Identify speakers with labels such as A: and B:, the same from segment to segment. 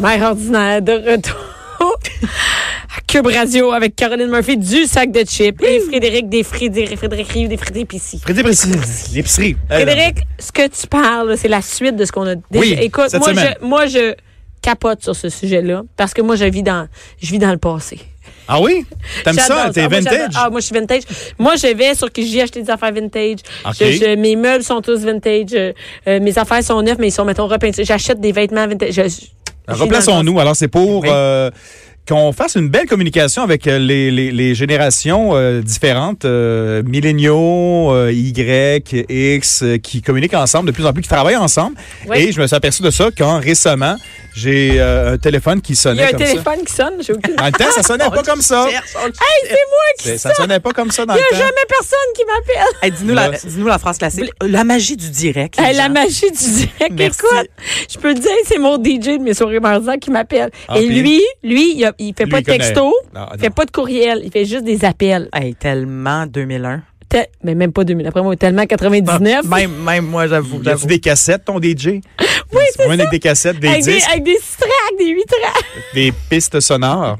A: Mère ordinaire de retour à Cube Radio avec Caroline Murphy du sac de chips et Frédéric des Frédéric, Frédéric Rioux des Frédéric Pissy.
B: Frédéric Précis, l'épicerie.
A: Euh, Frédéric, ce que tu parles, là, c'est la suite de ce qu'on a déjà.
B: Oui,
A: Écoute,
B: cette
A: moi
B: semaine.
A: je moi je capote sur ce sujet-là parce que moi je vis dans je vis dans le passé.
B: Ah oui? T'aimes
A: J'adore
B: ça? T'es
A: Ah, moi, j'adore-
B: vintage?
A: Ah, moi, je suis vintage. Moi, je vais sur qui j'ai acheté des affaires vintage.
B: Ok.
A: Je- je- mes meubles sont tous vintage. Euh, euh, mes affaires sont neuves, mais ils sont, mettons, repeintés. J'achète des vêtements vintage. Je- je- j'ai dans le
B: Ben, Replaçons-nous. Ah, Alors, c'est pour
A: Oui.
B: euh, qu'on fasse une belle communication avec euh, les, les- les générations euh, différentes, euh, milléniaux, euh, Y, X, euh, qui communiquent ensemble de plus en plus, qui travaillent ensemble.
A: Oui.
B: Et je me suis aperçu de ça quand récemment, j'ai euh, un téléphone
A: Il
B: qui
A: y
B: sonnait
A: a un
B: comme
A: téléphone qui sonne, j'ai aucune.
B: ça. Dans le temps, ça sonnait pas comme ça.
A: hey, c'est moi qui
B: C'est-
A: sonne!
B: Ça sonnait pas comme ça dans
A: Il n'y
B: le
A: a
B: temps.
A: jamais personne qui m'appelle.
C: Hey, dis-nous,
B: Là,
C: la, dis-nous la phrase classique. La magie du direct. les
A: Hey, la
C: gens.
A: magie du direct.
C: Merci.
A: Écoute, je peux te dire, c'est mon DJ de mes soirées mardi qui m'appelle.
B: Ah,
A: Et
B: puis?
A: lui, lui, il, a- il fait
B: Lui,
A: pas
B: il
A: de texto,
B: connaît. Non,
A: il fait
B: Ah, non.
A: pas de courriel, il fait juste des appels.
C: Hey, tellement 2001.
A: Tel- mais même pas 2000. Après moi, tellement 99.
C: Ah,
B: Ah,
C: Même, même moi, j'avoue.
B: Y a-tu
C: j'avoue.
B: des cassettes, ton DJ?
A: oui, c'est
B: Moi,
A: ça.
B: avec des cassettes, ben, des
A: avec, des,
B: disques,
A: avec des six tracks, des huit tracks.
B: des pistes sonores,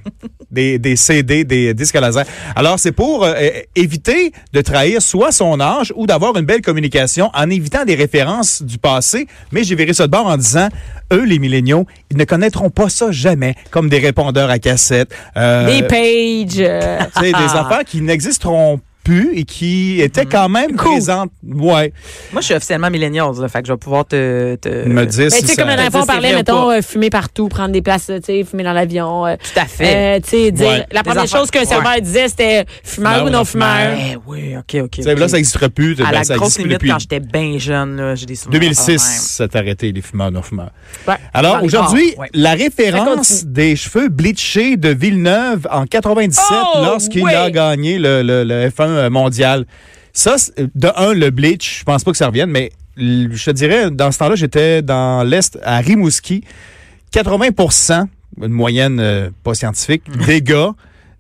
B: des, des CD, des disques à laser. Alors, c'est pour euh, euh, éviter de trahir soit son âge ou d'avoir une belle communication en évitant des références du passé. Mais j'ai viré ça de bord en disant, eux, les milléniaux, ils ne connaîtront pas ça jamais comme des répondeurs à cassette. euh,
A: Des pages. euh,
B: tu sais, des
C: Ah.
B: affaires qui n'existeront plus et qui
C: Mm-hmm.
B: étaient quand même
A: Cool.
B: présentes. Ouais.
C: Moi, je suis officiellement milléniale, là, fait que je vais pouvoir te. te-
B: me dire
A: mais tu
B: si
A: sais,
B: ça-
A: comme la dernière
C: Ça,
A: fois, on
C: c'est
A: parlait,
C: vrai ou
A: mettons,
C: pas?
A: euh, fumer partout, prendre des places, euh, tu sais, fumer dans l'avion. euh,
C: Tout à fait.
A: euh, tu sais, dire.
B: Ouais.
A: La première
C: affaires-
A: chose qu'un serveur disait, c'était fumeur
B: Fumeur
A: ou
B: ou
A: non
B: non
A: fumeur.
C: Eh oui, OK, OK.
B: Tu sais,
C: ok.
B: Là, ça n'existera plus.
C: à
B: ben,
C: la
B: ça
C: grosse
B: existe plus
C: limite,
B: depuis
C: quand j'étais bien jeune, là, j'ai des souvenirs.
B: 2006,
C: quand
B: ça arrêté, les fumeurs non fumeurs.
A: Ouais.
C: Dans
B: Alors,
C: les
B: aujourd'hui,
C: bars, ouais.
B: la
A: Ça
B: référence
A: continue.
B: des cheveux bleachés de Villeneuve en 97
A: Oh,
B: lorsqu'il
A: ouais.
B: a gagné le, le- le F1 mondial. Ça, c'est- euh, de un, le bleach, je pense pas que ça revienne, mais l- je te dirais, dans ce temps-là, j'étais dans l'Est, à Rimouski. 80 une moyenne euh, pas scientifique,
C: Mmh.
B: des gars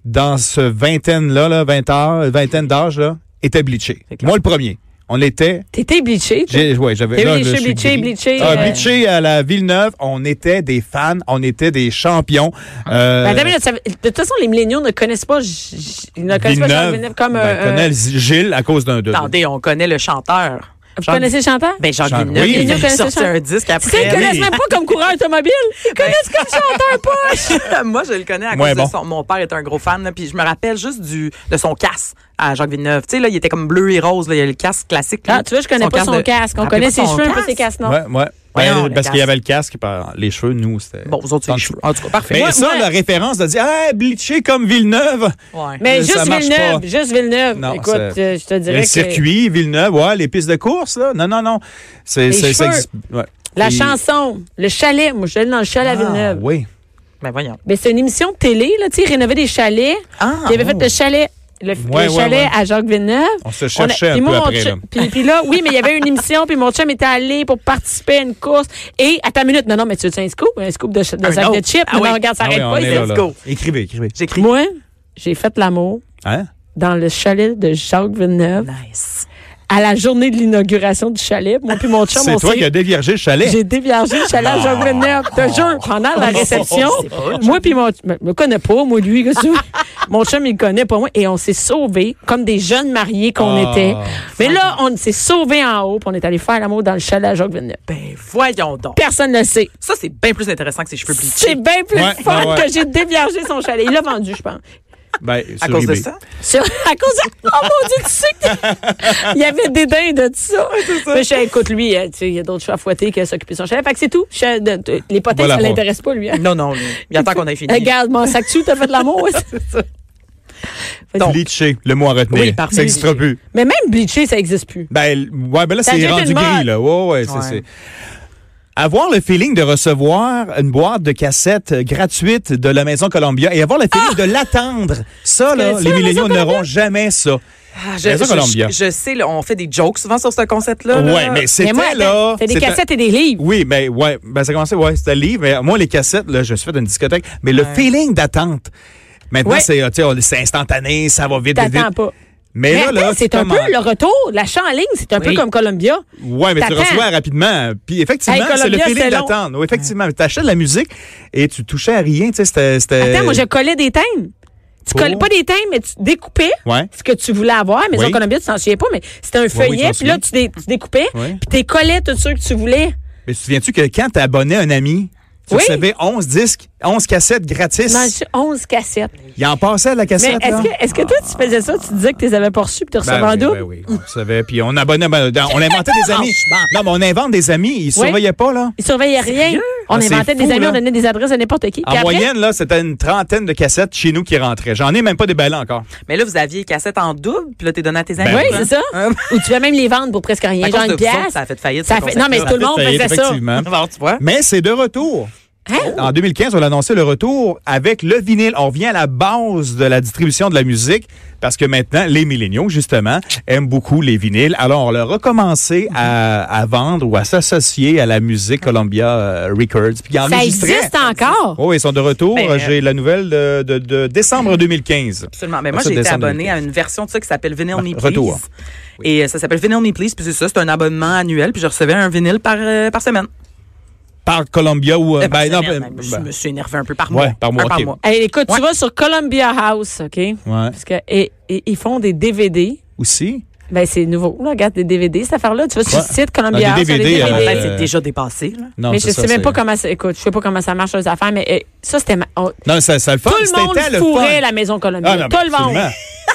B: dans ce vingtaine-là, là, 20 heures- vingtaine d'âge, là, étaient bleachés.
C: C'est clair.
B: Moi, le premier. On était
A: T'étais bleaché, toi.
B: j'ai- ouais, j'avais
A: T'as eu
B: là,
A: les
B: là,
A: cheveux
B: je suis
A: bleachés,
B: gris.
A: bleachés,
B: Ah,
A: euh,
B: bleachés à la Villeneuve, on était des fans, on était des champions. Euh,
A: Ben, attends une minute, ça veut- de toute façon, les milléniaux ne connaissent pas, j- j- ils ne connaissent pas Charles Villeneuve comme.
B: ben,
A: euh,
B: connaît
A: euh,
B: Gilles à cause d'un de.
C: Attendez, on connaît le chanteur.
A: vous connaissez le chanteur?
C: Ben, Jean
B: Jean-
C: Villeneuve,
B: oui.
C: il
A: Villeneuve
C: a
A: connaissait
C: sorti
A: Jean-
C: un disque
A: Tu sais,
C: après.
A: ils
B: Ben
A: ne connaissent même pas comme coureur automobile. Ils connaissent comme chanteur poche.
C: Moi, je le connais à cause
B: Ouais,
C: de
B: bon.
C: son. Mon père est un gros fan, là, puis je me rappelle juste du de son casque à Jacques Villeneuve. Tu sais, là, il était comme bleu et rose, là, il y a le casque classique. là.
A: Ah, tu vois, je connais pas son
C: de-
A: casque.
B: Ah,
A: On
C: Rappelez
A: connaît
C: pas
A: ses
C: son
A: cheveux, pas
C: casque?
A: ses casques, non?
B: Ouais, ouais.
C: Voyons,
B: Ben,
C: le
B: parce qu'il y
C: casque.
B: avait le casque, par- les cheveux, nous, c'était.
C: Bon, vous autres, c'est les cheveux. En tout cas, parfait.
B: Mais
C: Moi,
B: ça,
A: moi-
B: la référence de dire, hey, bleaché comme Villeneuve.
C: ouais.
A: Mais
B: Euh,
A: juste
B: ça marche
A: Villeneuve,
B: pas.
A: juste Villeneuve.
B: Non,
A: Écoute,
B: c'est-
A: euh, je te
B: Il y a
A: dirais
B: le
A: que
B: circuit, Villeneuve, ouais, les pistes de course, là. Non, non, non. C'est,
A: Les
B: c'est, ça
A: cheveux.
B: existe- ouais.
A: la
B: Et-
A: chanson, le chalet, moi je suis allée dans le chalet à
B: Ah,
A: Villeneuve.
B: oui.
C: Ben, voyons.
A: Mais c'est une émission de télé là, tu sais, ils rénovaient des chalets.
C: Ah,
A: Ils avaient fait le chalet le, le
B: oh. Ouais, ouais,
A: chalet
B: ouais.
A: à Jacques Villeneuve.
B: oh. On
A: On
B: se
A: a-
B: cherchait
A: puis
B: un
A: moi,
B: peu
A: mon
B: après, là.
A: chum- Puis, puis là, oui, mais il y avait une émission, puis mon chum était allé pour participer à une course. Et, attends une minute, non, non, mais tu veux un scoop? Un scoop de, ch- de
C: Un
A: sac de
C: autre.
A: chips?
C: Ah
A: non,
C: oui.
A: non, regarde, ça
B: Ah oui,
A: arrête
B: on
A: pas.
B: est
A: il-
B: là, là.
C: go.
B: Écrivez, écrivez.
C: J'écris.
A: Moi, j'ai fait l'amour
B: Hein?
A: dans le chalet de Jacques Villeneuve.
C: Nice.
A: à la journée de l'inauguration du chalet. Moi puis mon chum,
B: C'est
A: on
B: toi
A: s'est-
B: qui as déviergé le chalet.
A: J'ai déviagé le chalet à Jacques Villeneuve.
B: Oh.
A: Te jure, pendant la réception,
C: C'est pas
A: moi puis mon... Je me connais pas, moi, lui. qu'est-ce que tu veux? mon chum, il le connaît pas moi. Et on s'est sauvés comme des jeunes mariés qu'on
B: Ah.
A: était. Mais là, on s'est sauvés en haut puis on est allé faire l'amour dans le chalet à Jacques Villeneuve.
C: Ben, voyons donc.
A: Personne ne le sait.
C: Ça, c'est bien plus intéressant que ses cheveux
A: C'est
C: bleachés.
A: bien plus
B: Ouais,
A: fort
B: ouais, ouais.
A: que j'ai déviagé son chalet. Il l'a vendu, je pense.
B: Ben,
C: À
B: sur
C: cause de
B: eBay.
C: ça?
A: Sur- à cause de... Oh mon Dieu, tu sais que- Il y avait des dindes de tout ça. Mais je suis, écoute, lui, euh, tu sais, il y a d'autres chats à fouetter qui s'occupent de son chalet. Fait que c'est tout. Je- de- de- les potins,
B: Voilà,
A: ça
B: bon.
A: l'intéresse pas, lui. hein.
C: Non, non. Il attend qu'on ait fini.
A: Regarde, mon sac tu t'as fait de l'amour.
C: Donc,
B: Bleaché, le mot à retenir.
C: Oui, pardon.
B: Ça n'existera plus.
A: Mais même bleacher, ça n'existe plus.
B: Ben, l- ouais, ben là,
A: Ça a
B: c'est
A: déjà été
B: rendu
A: une mode.
B: gris, là. Ouais, ouais, c'est-
C: Ouais.
B: c'est- Avoir le feeling de recevoir une boîte de cassettes gratuite de la Maison Columbia et avoir le
A: Ah!
B: feeling de l'attendre. Ça, là,
A: connais-tu
B: les
A: la
B: milléniaux
A: Maison
B: n'auront jamais ça.
C: Ah, je,
B: Maison
C: je-
B: Columbia.
C: je- je sais, là, on fait des jokes souvent sur ce concept-là. là.
B: Ouais, mais
A: Mais
B: c'était
A: moi,
B: là.
A: c'est des
B: c'était-
A: cassettes et des livres.
B: Oui, mais ouais, ben ça commençait, ouais, c'était le livre. Mais moi, les cassettes, là, je me suis fait une discothèque. Mais le feeling d'attente. Maintenant,
A: Ouais.
B: c'est, euh, tu sais, on- c'est instantané, ça va vite, vite,
A: T'attends
B: vite.
A: pas.
B: Mais,
A: Mais
B: là,
A: attends,
B: là,
A: c'est
B: tu
A: un peu
B: commences.
A: le retour. L'achat en ligne, c'est un peu
C: Oui.
A: comme Columbia.
B: Ouais, mais tu
A: T'attends.
B: reçois rapidement. Puis effectivement,
A: Hey,
B: c'est le
A: Columbia,
B: feeling
A: c'était long.
B: d'attendre. Oui, effectivement, tu t'achètes de la musique et tu touchais à rien. Tu sais, c'était- c'était.
A: Attends, moi, je collais des thèmes. Tu
B: Euh, Pour-
A: collais pas des thèmes, mais tu découpais
B: Ouais.
A: ce que tu voulais avoir. Mais
B: Oui.
A: en Columbia, tu t'en souviens pas, mais c'était un
B: oui,
A: feuillet,
B: j'en
A: puis là, tu, dé- tu découpais,
B: Oui.
A: puis tu collais tous ceux que tu voulais.
B: Mais te souviens-tu que quand t'abonnais un ami, tu
A: Oui.
B: recevais 11 disques, 11 cassettes gratis.
A: Dans 11 cassettes.
B: Il en passait à la
A: Mais
B: cassette.
A: est-ce
B: là.
A: que, est-ce que toi, tu faisais ça, tu disais que tu les avais pas reçus, puis tu recevais
B: Ben
A: en
B: oui,
A: double?
B: ben oui, on savait. Puis on abonnait, ben, dans- on inventait des amis. Non, mais on invente des amis. Ils surveillaient pas, là.
A: Ils surveillaient rien. On
B: Ah, c'est
A: inventait
B: fou,
A: des amis,
B: là.
A: on donnait des adresses à n'importe qui.
B: En
A: Puis après,
B: moyenne, là, c'était une trentaine de cassettes chez nous qui rentraient. J'en ai même pas déballé encore.
C: Mais là, vous aviez cassette en double, puis là, t'es donné à tes amis.
B: Ben
A: Oui,
B: oui.
A: c'est ça. Ou tu vas même les vendre pour presque rien.
C: À
A: Genre
C: cause de
A: une
C: vous autres,
A: pièce.
C: ça a fait faillite,
A: Ça
C: ce
A: a fait- Non, mais
C: concept-là.
A: tout le monde
B: Ça y est,
A: faisait ça.
B: effectivement.
C: Alors, tu vois.
B: Mais c'est de retour.
A: Hein?
B: En 2015, on a annoncé le retour avec le vinyle. On revient à la base de la distribution de la musique parce que maintenant, les milléniaux, justement, aiment beaucoup les vinyles. Alors, on leur a commencé à, à vendre ou à s'associer à la musique Columbia euh, Records. Puis ils
A: Ça
B: enregistraient.
A: existe encore.
B: Oh, ils sont de retour.
C: Ben, euh,
B: J'ai la nouvelle de, de- de décembre 2015.
C: Absolument. Mais moi,
B: Ça
C: j'ai été
B: descend de
C: abonné
B: vitesse.
C: à une version de ça qui s'appelle Vinyl Me Please.
B: retour.
C: Et euh, ça s'appelle Vinyl Me Please, puis c'est ça, c'est un abonnement annuel, puis je recevais un vinyle par, euh, par semaine.
B: Par Columbia ou...
C: Euh, par
B: ben, non,
C: semaine,
B: ben,
C: même. je
B: ben,
C: me suis énervé un peu par
B: Ouais,
C: mois.
B: par mois,
C: Un
B: ok.
A: Hey, écoute,
C: Ouais.
A: tu vas sur Columbia House, OK?
B: ben, ouais.
A: Parce que et- et- ils font des DVD.
B: Aussi.
A: Ben, c'est nouveau. Là, regarde, des DVD, cette affaire-là. Tu vas sur
B: Ouais.
A: le site Columbia
B: Ah, des
A: House, il y a
B: DVD,
A: des
B: euh,
A: DVD.
C: Peut-être c'est déjà dépassé. Là.
B: Non,
A: mais
B: c'est
A: je
B: ça,
A: sais même
B: c'est-
A: pas comment ça. Écoute, je sais pas comment ça marche les affaires, mais euh, ça, c'était. ma- on-
B: Non, ça, ça le fun.
A: tout le
B: C'était
A: monde
B: tant le
A: fourrait
B: fun.
A: la maison Columbia.
B: Ah, non,
A: tout le
B: ben,
A: monde.
B: absolument.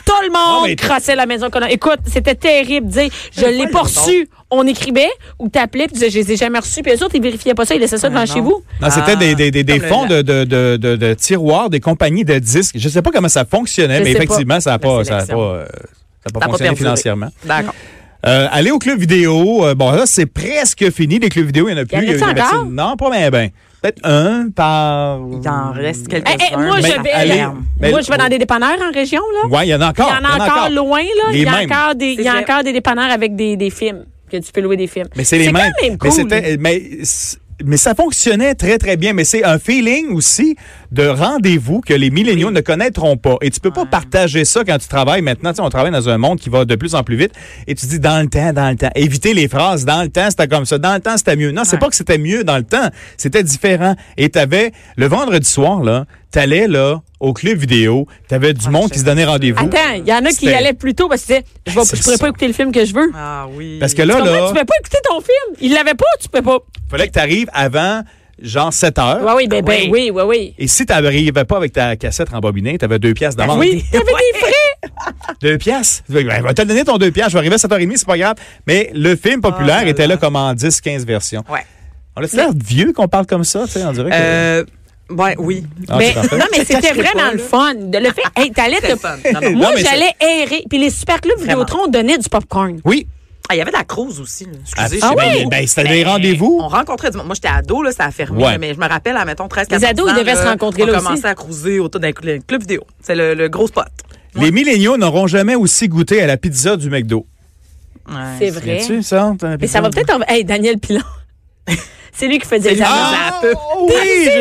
A: Tout le monde
B: Non, mais-
A: crassait la maison Columbia. Écoute, c'était terrible. Dire, je l'ai pas reçu. On écrivait ou t'appelais puis tu disais, je les ai jamais reçus. Puis eux autres, ils vérifiaient pas ça. Ils laissaient ça devant
C: Ah,
A: chez
C: non.
A: vous.
B: Non, c'était
C: Ah,
B: des, des, des, des
C: comme le-
B: fonds de, de, de, de, de tiroirs, des compagnies de disques. Je sais pas comment ça fonctionnait,
A: Je
B: mais
A: sais pas.
B: effectivement, ça n'a pas, ça a pas,
C: sélection.
B: euh, ça a pas
C: Ça a pas
B: fonctionné
C: perduré.
B: financièrement.
C: D'accord.
B: Euh, aller au club vidéo, euh, bon, là, c'est presque fini. Les clubs vidéo, il n'y en a plus.
A: en a-tu
B: Il y en a-
A: encore?
B: Non, pas bien, ben. Peut-être un par...
C: Il en reste
A: Hey,
C: quelques-uns.
A: hey, Eh, moi,
B: mais
A: je vais,
B: allez,
A: là,
B: mais-
A: moi, je vais dans des dépanneurs en région, là.
B: Ouais, Ah, il y en a encore.
A: Il y en a encore loin, là.
B: Les
A: Il y a
B: mêmes.
A: encore des, il y a
C: C'est vrai.
A: encore des dépanneurs avec des, des films, que tu peux louer des films.
B: Mais c'est les
A: quand
B: mêmes.
A: même
B: Mais
A: cool.
B: c'était- eh, mais, c'est- mais ça fonctionnait très, très bien. Mais c'est un feeling aussi de rendez-vous que les milléniaux ne connaîtront pas. Et tu peux pas partager ça quand tu travailles maintenant. Tu sais, on travaille dans un monde qui va de plus en plus vite. Et tu dis dans le temps, dans le temps. Éviter les phrases dans le temps, c'était comme ça. Dans le temps, c'était mieux. Non, c'est
C: Ouais.
B: pas que c'était mieux dans le temps. C'était différent. Et t'avais, le vendredi soir, là, t'allais, là, au club vidéo. T'avais du monde qui se donnait rendez-vous.
A: Attends, il y en a qui y
B: C'était-
A: allaient plus tôt parce que tu disais, je vais-
B: C'est
A: je pourrais
B: ça.
A: pas écouter le film que je veux.
C: Ah oui.
B: Parce que là,
A: tu comprends?
B: là,
A: Tu peux pas écouter ton film. Il l'avait pas, tu peux pas.
B: fallait que t'arrives avant, genre, 7 heures.
A: Ouais, oui, ben,
C: Ah oui.
A: ben, oui, oui, oui.
B: Et si tu n'arrivais pas avec ta cassette rembobinée, tu avais deux piastres d'amende.
A: Oui, t'avais des frais.
B: Deux piastres. Ben, ben, va te le donner ton deux piastres. Je vais arriver à 7h30, c'est pas grave. Mais le film populaire
C: Ah là
B: était là
C: là.
B: comme en 10, 15 versions.
C: Ouais.
B: On a l'air vieux qu'on parle comme ça, tu sais, on dirait que.
C: Euh, ouais, oui.
B: Ah,
A: Ben,
B: c'est parfait.
A: non, mais
C: Je te
A: c'était
C: cacherai
A: vraiment
C: pas,
A: le
C: là.
A: fun. De- Le fait, hey, t'allais
C: Très
A: te-
C: fun. Non, non.
A: Moi,
B: Non, mais c'est-
A: j'allais errer. Puis les super clubs
C: Vraiment.
A: Vidéotron donnaient du popcorn.
B: Oui.
C: Ah, il y avait de la crouse aussi. là. Excusez,
B: Ah
C: je sais
B: oui?
C: pas où.
B: Ben, c'était des rendez-vous.
C: On rencontrait du monde. Moi, j'étais ado, là, ça a fermé.
B: Ouais.
C: Mais je me rappelle, à mettons 13
A: Les
C: 14
A: ados, ils
C: ans,
A: devaient se rencontrer là
C: On
A: aussi.
C: commençait à cruiser autour d'un cl- club vidéo. C'est le, le gros spot.
B: Les milléniaux n'auront jamais aussi goûté à la pizza du McDo.
C: Ouais.
A: C'est vrai.
B: tu ça? t'as la
A: Mais
B: pizza?
A: ça va peut-être. en- Hey, Daniel Pilon. C'est lui qui faisait les annonces.
B: Ah, oui!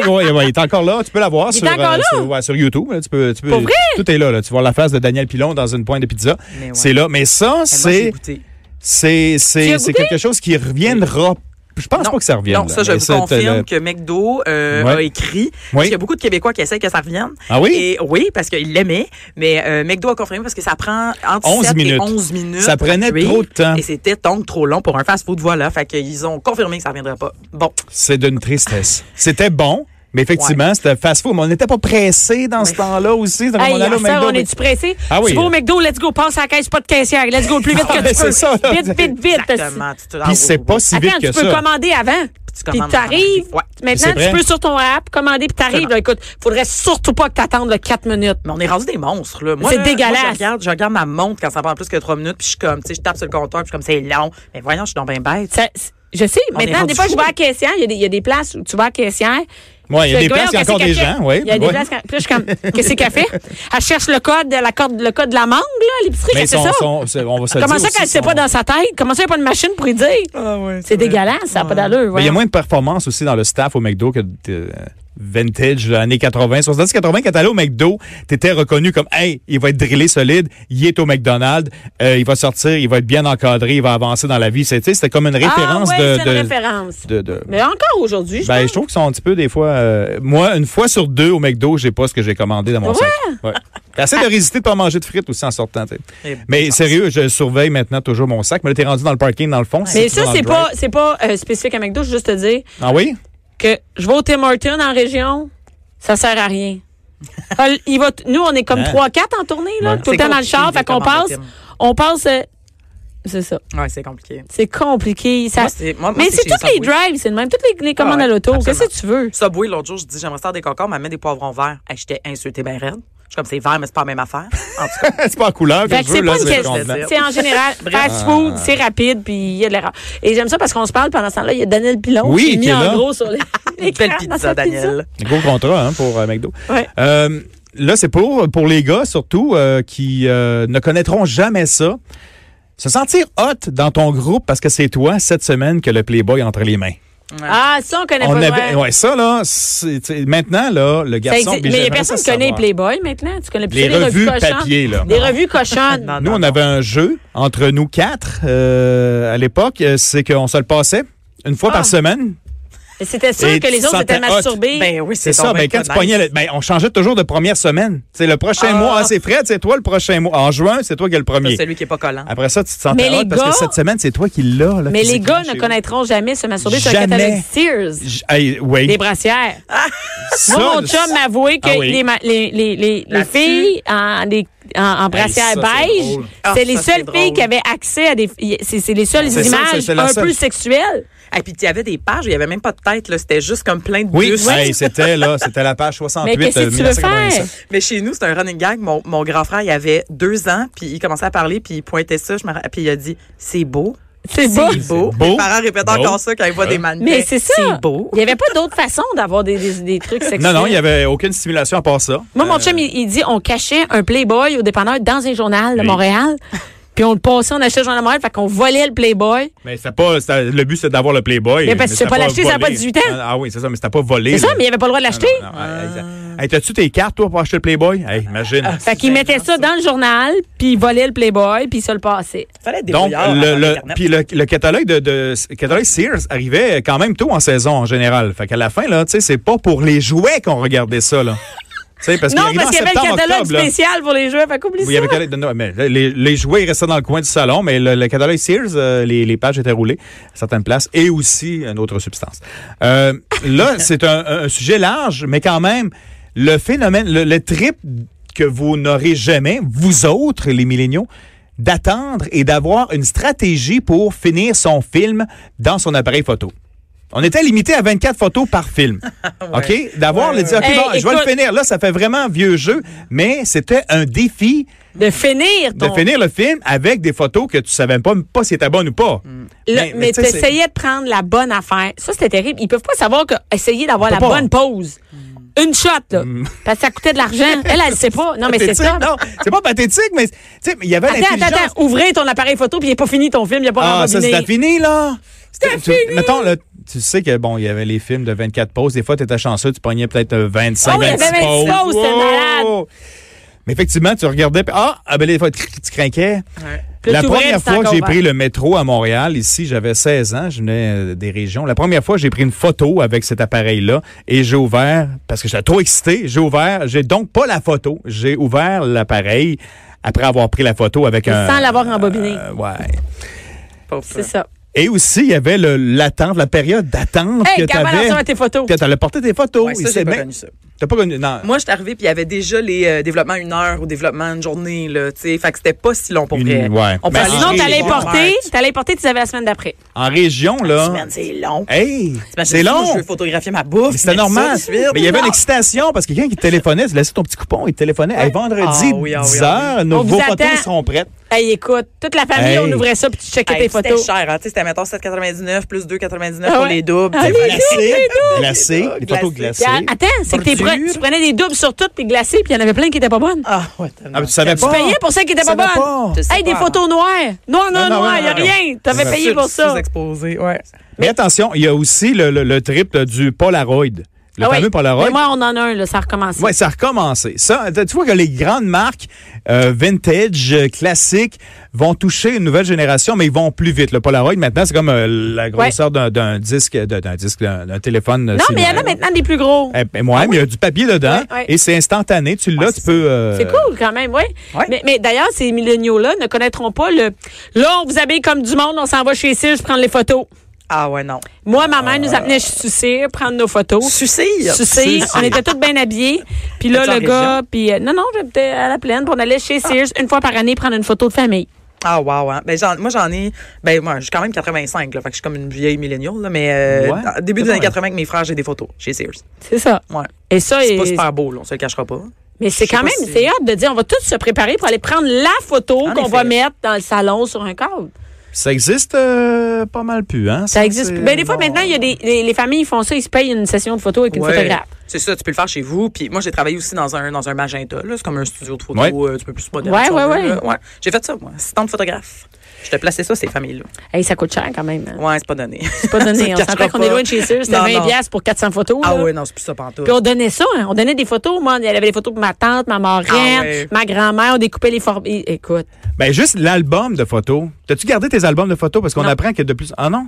B: je- ouais, ouais, il est encore là. Tu peux la voir
A: Il est
B: sur, euh,
A: encore là?
B: sur, ouais, sur YouTube. là. Tu peux, tu peux-
A: Pour vrai?
B: Tout est là, là. Tu vois la face de Daniel Pilon dans une pointe de pizza.
C: Mais ouais.
B: C'est là. Mais ça,
C: Mais moi, j'ai
B: c'est.
C: goûté.
B: C'est,
A: Tu as
B: c'est,
A: goûté?
B: c'est quelque chose qui reviendra. Je pense
C: Non.
B: pas que ça revienne.
C: Non,
B: là,
C: ça,
B: mais
C: je
B: euh,
C: vous
B: te
C: confirme
B: le-
C: que McDo euh,
B: Ouais.
C: a écrit.
B: Oui.
C: Parce qu'il y a beaucoup de Québécois qui essaient que ça revienne.
B: Ah oui?
C: Et oui, parce qu'ils l'aimaient. Mais euh, McDo a confirmé parce que ça prend entre
B: 11
C: 7
B: minutes.
C: et 11 minutes.
B: Ça prenait
C: à cuire.
B: trop de temps.
C: Et c'était donc trop long pour un fast-food. Voilà. Fait qu'ils ont confirmé que ça ne reviendrait pas. Bon.
B: C'est d'une tristesse. C'était bon, mais effectivement, c'était fast-food. Mais on n'était pas pressé dans ce
C: Ouais.
B: temps-là aussi. Donc,
A: Hey,
B: on allait au
A: à ça,
B: McDo,
A: on
B: mais-
A: est-tu pressé?
B: Ah oui.
A: Tu vas au McDo, let's go, passe à la caisse, pas de caissière. Let's go, le plus vite
B: Ah,
A: que
B: ben,
A: tu
B: c'est
A: peux.
B: ça, là.
A: Vite, vite, vite.
C: Exactement. Tu te-
B: Puis c'est pas si vite
A: Attends,
B: que
A: tu peux
B: ça.
A: commander avant.
C: tu
A: Puis
C: commandes
A: t'arrives.
C: avant. Ouais.
B: C'est
A: Maintenant,
B: vrai.
A: tu peux sur ton app commander puis t'arrives. Là, écoute, faudrait surtout pas que t'attendes le 4 minutes.
C: Mais on est rendu des monstres, là. Moi,
A: C'est
C: là,
A: dégueulasse.
C: moi, je, regarde, je regarde ma montre quand ça prend plus que trois minutes, puis je suis comme, tu sais, je tape sur le compteur, puis je suis comme, c'est long. Mais voyons, je suis donc bien bête.
A: Ça- je sais.
C: On est
A: Maintenant,
C: rendu
A: des fois, je
C: fou. hein.
A: vais à la caissière. Il y a des- il y, a des places où tu vas à la caissière.
B: Ouais, il
A: Tu
B: y a
A: fais,
B: des places, il y a
A: Voyons,
B: encore des
A: qu'est-ce qu'elle
B: gens,
A: fait?
B: ouais,
A: Il y a des
B: ouais.
A: places. quand- Puis là, je suis comme, qu'est-ce qu'elle fait? Elle cherche le code, la corde, le code de la mangue, là, à l'épicerie,
B: Mais
A: qu'est-ce que
B: son-
A: c'est ça?
B: son- c'est- on va se le
A: Comment
B: dire
A: ça
B: aussi,
A: qu'elle sait
B: son-
A: pas dans sa tête? Comment ça, il n'y a pas de machine pour y dire?
C: Ah ouais,
A: C'est dégueulasse, ça n'a pas d'allure.
B: Mais il y a
A: voyons.
B: moins de performance aussi dans le staff au McDo que. de- vintage, là, années 80, 70, 80, quand t'allais au McDo, t'étais reconnu comme, hey, il va être drillé solide, il est au McDonald's, euh, il va sortir, il va être bien encadré, il va avancer dans la vie. C'était c'était comme une référence
A: ah, ouais,
B: de,
A: c'est une
B: de-
A: référence.
B: de- de-
A: Mais encore aujourd'hui, je
B: Ben, je
A: pense.
B: trouve qu'ils sont un petit peu des fois. euh, moi, une fois sur deux au McDo, j'ai pas ce que j'ai commandé dans mon sac. Ouais. T'as assez
A: Ah.
B: de résister de pas manger de frites aussi en sortant. tu sais.
C: Et
B: Mais
C: bon
B: sérieux, je surveille maintenant toujours mon sac. Mais là, t'es rendu dans le parking dans le fond.
A: Mais
B: toujours
A: ça,
B: dans
A: c'est
B: le
A: pas,
B: drive.
A: c'est pas euh, spécifique à McDo. Je veux juste te dire
B: Ah oui?
A: que je vais au Tim Hortons en région, ça sert à rien. Ah, il va t- nous, on est comme
B: Hein?
A: 3-4 en tournée, là,
B: Ouais.
A: tout le
C: C'est
A: temps dans le
C: compliqué,
A: char.
C: les
A: Fait qu'on
C: commandes
A: passe,
C: de
A: on passe. euh, c'est ça.
C: Ouais, c'est compliqué.
A: C'est compliqué. Ça,
C: Moi, c'est- moi- moi,
A: mais
C: c'est
A: c'est
C: chez
A: toutes les
C: Subway.
A: drives, c'est le même. Toutes les, les commandes
C: Ah ouais,
A: à l'auto.
C: absolument.
A: Qu'est-ce que tu veux?
C: Subway, l'autre jour, je dis, j'aimerais faire des concombres, elle met des poivrons verts. Hey, J'étais insultée bien raide. Je suis comme, c'est vert, mais c'est pas la même affaire. En tout cas,
B: c'est pas en couleur que
A: Fait
B: je
A: que
B: veux,
A: c'est
B: là,
A: pas une
B: c'est
A: question.
B: convenant.
C: plaisir.
A: C'est en général fast
C: Ah.
A: food, c'est rapide, puis il y a de l'erreur. Et j'aime ça parce qu'on se parle pendant ce temps-là. Il y a Daniel Pilon
B: Oui,
A: qui est mis
B: qui est
A: en
B: là.
A: gros sur les.
C: une belle pizza, Daniel.
B: Gros contrat hein, pour euh, McDo.
A: Ouais.
B: Euh, là, c'est pour, pour les gars surtout euh, qui euh, ne connaîtront jamais ça. Se sentir hot dans ton groupe parce que c'est toi cette semaine que le Playboy a entre les mains.
A: Ah, ça, on connaît
B: On
A: pas.
B: avait-
A: ouais.
B: ouais, ça là, c'est- tu sais, maintenant là, le
A: Ça
B: garçon.
A: existe. mais
B: puis
A: il y a
B: j'aimerais
A: personne
B: ça
A: qui connaît
B: savoir.
A: Playboy maintenant. Tu connais plus
B: Les
A: les,
B: revues
A: cochonnes.
B: papier, là.
A: Des revues cochonnes.
C: Non,
B: Nous, on avait un jeu entre nous quatre euh, à l'époque. euh, C'est qu'on se le passait une fois
A: Ah.
B: par semaine.
A: Mais C'était sûr
B: Et
A: que
B: tu
A: les autres
B: sentais
A: étaient
B: hot.
A: masturbés.
C: Ben oui, c'est
B: C'est ça,
C: donc
B: ben,
C: bien
B: quand
C: pas
B: tu pognais,
C: nice.
B: le- ben, on changeait toujours de première semaine. C'est le prochain
C: Ah.
B: mois, ah, c'est Fred, c'est toi le prochain mois. En juin, c'est toi qui es le premier. Ah.
C: Ça, Celui qui est pas collant.
B: Après ça, tu te
A: Mais
B: sentais
A: les
B: hot parce
A: gars-
B: que cette semaine, c'est toi qui l'as. là,
A: mais les
B: physiquement
A: gars
B: chez
A: ne
B: vous.
A: connaîtront jamais se masturber sur un
B: Jamais.
A: catalogue Sears.
B: J- hey, oui.
A: Des brassières.
B: Ça,
A: Moi, mon
B: le-
A: chum m'a avoué que
B: Ah oui.
A: les, ma- les, les, les, les
C: Là-dessus.
A: filles en, des- en, en brassière
B: ça, c'est
A: beige,
B: drôle.
A: c'est
C: Ah,
A: les
C: ça, c'est
A: seules filles
C: drôle.
A: qui avaient accès à des. C'est c'est les seules
B: C'est ça, c'est-
A: images
B: c'est la
A: un
B: seule.
A: peu sexuelles.
C: Et puis, il y avait des pages, où il y avait même pas de tête, là. C'était juste comme plein de
B: Oui,
C: bus.
B: hey, c'était là, c'était la page
A: Mais
B: 68
A: qu'est-ce que
B: euh,
A: tu veux faire?
B: 1987.
C: Mais chez nous, c'est un running gag. Mon, mon grand frère, il avait deux ans, puis il commençait à parler, puis il pointait ça, je me rappelle, puis il a dit C'est beau.
A: C'est beau.
C: C'est beau.
B: C'est beau.
C: Mes parents répètent
B: Beau.
C: encore ça quand ils voient des mannequins.
A: Mais c'est ça.
C: C'est beau.
A: Il n'y avait pas d'autre façon d'avoir des, des, des trucs sexuels.
B: Non, non, il n'y avait aucune stimulation à part ça.
A: Moi, mon chum, il, il dit on cachait un Playboy au dépanneur dans un journal de
B: Oui.
A: Montréal. Puis on le passait, on achetait le journal de Montréal, fait qu'on volait le Playboy.
B: Mais c'était pas, c'était- le but, c'était d'avoir le Playboy.
A: Mais parce que tu
B: c'était
A: peux pas l'acheter, ça n'a
B: volé.
A: pas 18 ans.
B: Ah, ah oui, c'est ça, mais c'était pas volé.
A: C'est ça,
B: là.
A: mais il avait pas le droit de l'acheter.
B: Ah Non, non, hey, hey, hey, t'as-tu tes cartes, toi, pour acheter le Playboy? Hey, imagine.
A: Fait qu'il mettait ça dans le journal, puis il volait le Playboy, puis ça le passait.
C: Fallait être
B: Donc,
C: débrouillard
B: le,
C: avant
B: le-
C: l'Internet.
B: puis le, le catalogue de, de- catalogue Sears arrivait quand même tôt en saison en général. Fait qu'à la fin, là, tu sais, c'est pas pour les jouets qu'on regardait ça, là. Tu sais, parce qu'il
A: non,
B: arrivait
A: parce qu'il
B: en
A: y avait le
B: septembre,
A: catalogue
B: octobre, là.
A: spécial pour les joueurs, fait qu'oublie
B: Oui, il y avait
A: ça.
B: catalogue de- non, mais les, les jouets ils restaient dans le coin du salon, mais le, le catalogue Sears, euh, les, les pages étaient roulées à certaines places et aussi une autre substance. Euh, là, c'est un, un sujet large, mais quand même, le phénomène, le, le trip que vous n'aurez jamais, vous autres, les milléniaux, d'attendre et d'avoir une stratégie pour finir son film dans son appareil photo. On était limité à 24 photos par film. OK? D'avoir le dire, OK,
A: Hey,
B: bon, je vais
A: écoute-
B: le finir. Là, ça fait vraiment vieux jeu, mais c'était un défi
A: De finir
B: de
A: ton...
B: finir le film avec des photos que tu savais pas, pas si étaient bonnes ou pas.
A: le-
B: Mais- mais
A: mais
B: tu sais, c'est-
A: t'essayais de prendre la bonne affaire. Ça, c'était terrible. Ils peuvent pas savoir que essayer d'avoir
B: On
A: la
B: peut pas. Mm.
A: bonne pause. Une shot, là. Parce que ça coûtait de l'argent. Elle, elle sait pas. Non, mais c'est
B: Pathétique,
A: ça.
B: Non, c'est pas pathétique, mais tu sais, mais il y avait
A: Attends, attends,
B: l'intelligence.
A: attends. Ouvrez ton appareil photo, puis il n'est pas fini ton film, il n'y a pas
B: Ah, ça,
A: rembobiné.
B: c'était fini, là. C'était
A: fini.
B: Mettons, là, tu sais que, bon, il y avait les films de 24 pauses. Des fois, tu étais chanceux, tu pognais peut-être euh, 25,
A: Ah oui, il y avait
B: 26
A: 26 pauses, c'était
B: Wow! Mais effectivement, tu regardais, puis ah, ah, ben, des fois, tu tu craquais.
C: Ouais.
A: Puis là,
B: La
A: tu ouvrais,
B: première
A: puis c'est
B: fois que
A: encore
B: j'ai
A: ouvert.
B: pris le métro à Montréal, ici, j'avais 16 ans, je venais euh, des régions. La première fois, j'ai pris une photo avec cet appareil-là et j'ai ouvert, parce que j'étais trop excité, j'ai ouvert, j'ai donc pas la photo, j'ai ouvert l'appareil après avoir pris la photo avec
A: Mais
B: un...
A: sans l'avoir embobiné.
B: Euh, ouais.
C: Pauvre
A: C'est
C: ça.
A: ça.
B: Et aussi, il y avait le- l'attente, la période d'attente
A: Hey,
B: que
A: Gabin,
B: t'avais.
A: attention à tes photos.
B: Que t'allais porter tes photos.
C: Ouais, ça,
B: Et c'est
C: j'ai pas
B: bien-
C: connu ça.
B: T'as pas connu, non.
C: Moi, je suis arrivée, puis il y avait déjà les euh, développements une heure ou développements une journée, là, tu sais. Fait que c'était pas si long pour
B: Une-
C: vrai.
B: ouais.
C: On peut
B: Ben,
C: aller
A: Sinon,
B: Ah,
C: chez
A: t'allais
C: les gens.
A: porter, t'allais porter, tu les avais la semaine d'après.
B: En région, là.
C: Semaine, C'est long.
B: Hey,
C: T'imagines
B: c'est
C: ça,
B: long.
C: Je veux photographier ma bouffe.
B: Mais C'était
C: mettre ça
B: normal.
C: tout de suite.
B: Mais il y avait une
C: Non.
B: excitation parce que quelqu'un qui te téléphonait, tu laissais ton petit coupon, il te téléphonait. Hey, vendredi,
C: Ah oui, ah oui,
B: 10
C: ah
B: heures, nos
A: On vous
B: vos
A: attend.
B: photos seront prêtes.
A: Hey, écoute, toute la famille,
B: Hey.
A: on ouvrait ça, puis tu checkais
C: Hey,
A: tes
C: puis
A: photos.
C: C'était cher, hein. Tu sais, C'était, mettons, 7,99 plus 2,99
A: Ah
C: pour
A: ouais.
C: les doubles.
A: Ah, les
B: Glacé, glacé,
C: Glacé.
B: des photos glacées.
A: Puis, a- Attends, c'est que t'es
C: Bordure.
A: pre- tu prenais des doubles sur toutes, puis glacées, puis il y en avait plein qui n'étaient pas bonnes.
C: Ah, ouais,
B: Ah, mais tu savais
A: Tu
B: pas.
A: payais pour celles qui n'étaient
B: Ça
A: pas
B: va
A: bonnes.
B: pas.
C: Je sais
A: Hey, des
C: pas,
A: photos noires. Noir, noir,
B: Non, non,
A: noir,
B: non,
A: il n'y a
B: non,
A: rien. T'avais
B: C'est
A: payé pour ça.
C: exposé, ouais.
B: Mais attention, il y a aussi le, le, le trip du Polaroid. Le
A: Ah oui.
B: fameux Polaroid.
A: Mais moi, on en a un, là, ça a recommencé.
B: Ouais, ça a recommencé. Ça, tu vois que les grandes marques euh, vintage, euh, classiques, vont toucher une nouvelle génération, mais ils vont plus vite. Le Polaroid, maintenant, c'est comme euh, la grosseur d'un- d'un disque, d'un d'un disque, d'un d'un téléphone. euh,
A: non, mais il y en a
B: cellulaire.
A: maintenant des plus gros.
B: Eh ben, ouais, mais il y a du papier dedans
A: Ah Ouais, ouais.
B: et c'est instantané. Tu l'as,
C: Ouais,
B: tu
C: c'est
B: peux. euh,
A: C'est cool quand même, oui.
C: Ouais.
A: Mais, mais d'ailleurs, ces milléniaux-là ne connaîtront pas le Là, on vous habille comme du monde, on s'en va chez Cire prendre les photos.
C: Ah ouais, non.
A: Moi, ma mère nous amenait chez Cire prendre nos photos.
C: Sucire.
A: Sucir,
C: Sucire.
A: on était toutes bien habillés. Puis là,
C: T'es en
A: le gars,
C: région?
A: puis euh, non, non, j'étais à la plaine, puis on allait chez Sears une fois par année prendre une photo de famille.
C: Ah wow, hein. ben, j'en- moi j'en ai ben moi je suis quand même 85 là, fait que je suis comme une vieille milléniale là, mais euh,
B: Ouais.
C: dans- début
B: C'est
C: des années
B: vrai.
C: 80 avec mes frères, j'ai des photos chez Sears.
A: C'est ça.
C: Ouais.
A: Et ça,
C: C'est pas
A: et-
C: super beau, là, on se le cachera pas.
A: mais c'est
C: je sais
A: quand
C: pas
A: même,
C: si-
A: c'est hâte de dire, on va tous se préparer pour aller prendre la photo
C: En
A: qu'on va
C: effet.
A: mettre dans le salon sur un cadre.
B: Ça existe euh, pas mal plus, hein?
A: Ça existe.
B: c'est-
A: plus. Ben, des fois, maintenant, il y a des, les, les familles font ça, ils se payent une session de photo avec une
C: Ouais.
A: photographe.
C: C'est ça, tu peux le faire chez vous. Puis moi, j'ai travaillé aussi dans un, dans un magenta. là. C'est comme un studio de photo
B: Ouais.
C: euh, un petit peu plus moderne.
A: Ouais,
C: si on
A: ouais,
C: veut,
A: ouais.
C: là. J'ai fait ça, moi. Assistant de photographe. Je te plaçais ça, ces familles-là.
A: Hey, ça coûte cher quand même. hein.
C: Ouais, c'est pas donné.
A: C'est pas donné. on
C: Ça te
A: s'entend
C: cachera
A: qu'on est
C: pas.
A: loin de chez Sears. C'était
C: Non,
A: 20
C: non.
A: piastres pour 400 photos.
C: Ah
A: là.
C: ouais, non, c'est plus ça pantoute.
A: Puis on donnait ça, hein. on donnait des photos. Moi, il y avait des photos pour ma tante, ma marraine,
C: Ah ouais.
A: ma grand-mère. On découpait les formes. Et- Écoute,
B: Ben, juste l'album de photos. T'as-tu gardé tes albums de photos? Parce qu'on
A: Non.
B: apprend que de plus. Ah non?
A: non,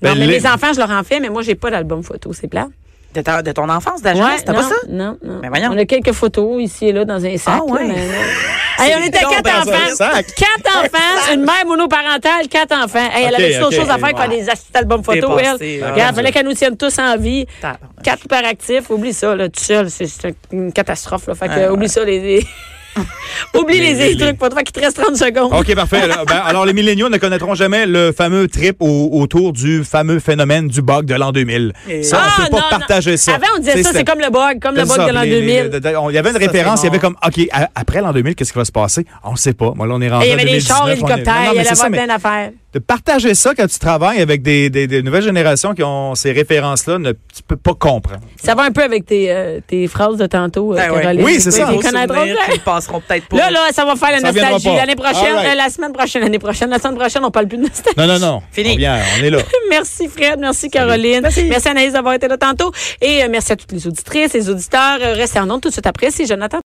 B: Ben,
A: mais
B: les-
A: mes enfants, je leur en fais, mais moi, j'ai pas d'album photo, c'est plat.
C: De, ta- de ton enfance, de la jeunesse, t'as
A: non,
C: pas ça?
A: Non, non.
C: Mais voyons.
A: On a quelques photos ici et là dans un sac.
C: Ah ouais.
A: là, mais non. Hey, on était
C: donc
A: quatre
C: dans un
A: enfants.
B: sac.
A: Quatre enfants, une mère monoparentale, quatre enfants. Hey, elle
B: Ok,
A: avait toute autre
B: ok.
A: chose à faire que faire des astuces d'albums photo, elle.
C: Dépassée, là.
A: Regarde, fallait qu'elle nous tienne tous en vie.
C: Tabarnak.
A: Quatre par actif, oublie ça, là, tout seul, c'est- c'est une catastrophe, là. Fait que,
C: Ouais, ouais.
A: oublie ça, les. les- oublie les,
B: les- les-
A: trucs pour toi qui te reste 30 secondes.
B: OK, parfait. Alors, ben, alors, les milléniaux ne connaîtront jamais le fameux trip au- autour du fameux phénomène du bug de l'an 2000.
C: Et-
B: Ça, on ne peut pas partager ça.
A: Ah, Avant, on disait ça, c'est comme le bug, comme le
B: C'est
A: bug
B: ça,
A: de l'an
B: les-
A: 2000.
B: les- de- de- on- Il y avait une
C: Ça, c'est
B: référence, il y avait
C: bon.
B: comme, OK, à- après l'an 2000, qu'est-ce qui va se passer? On ne sait pas. Moi, là, on est rendu
A: Hey, Ah, il y
B: en
A: avait des chars,
B: 2019, on est- Non,
A: hélicoptères,
B: non,
A: il y
B: mais
A: avait
B: c'est ça, mais
A: plein d'affaires.
B: de partager ça quand tu travailles avec des, des- des nouvelles générations qui ont ces références-là, ne, tu peux pas comprendre.
A: Ça va un peu avec tes, euh, tes phrases de tantôt, euh,
C: Ben ouais.
A: Caroline.
B: Oui, c'est ça.
A: Ils
C: Ils
A: connaîtront jamais.
C: passeront peut-être pour.
A: Là, là, ça va faire la
B: Ça reviendra
A: nostalgie.
B: pas.
A: L'année prochaine,
B: All right.
A: euh, la semaine prochaine, l'année prochaine, la semaine prochaine, on parle plus de nostalgie.
B: Non, non, non.
C: Fini.
B: On, vient, on est là.
A: Merci Fred, merci Caroline.
C: Merci.
A: Anaïs d'avoir été là tantôt. Et euh, merci à toutes les auditrices, les auditeurs. Euh, Restez en ondes tout de suite après. C'est Jonathan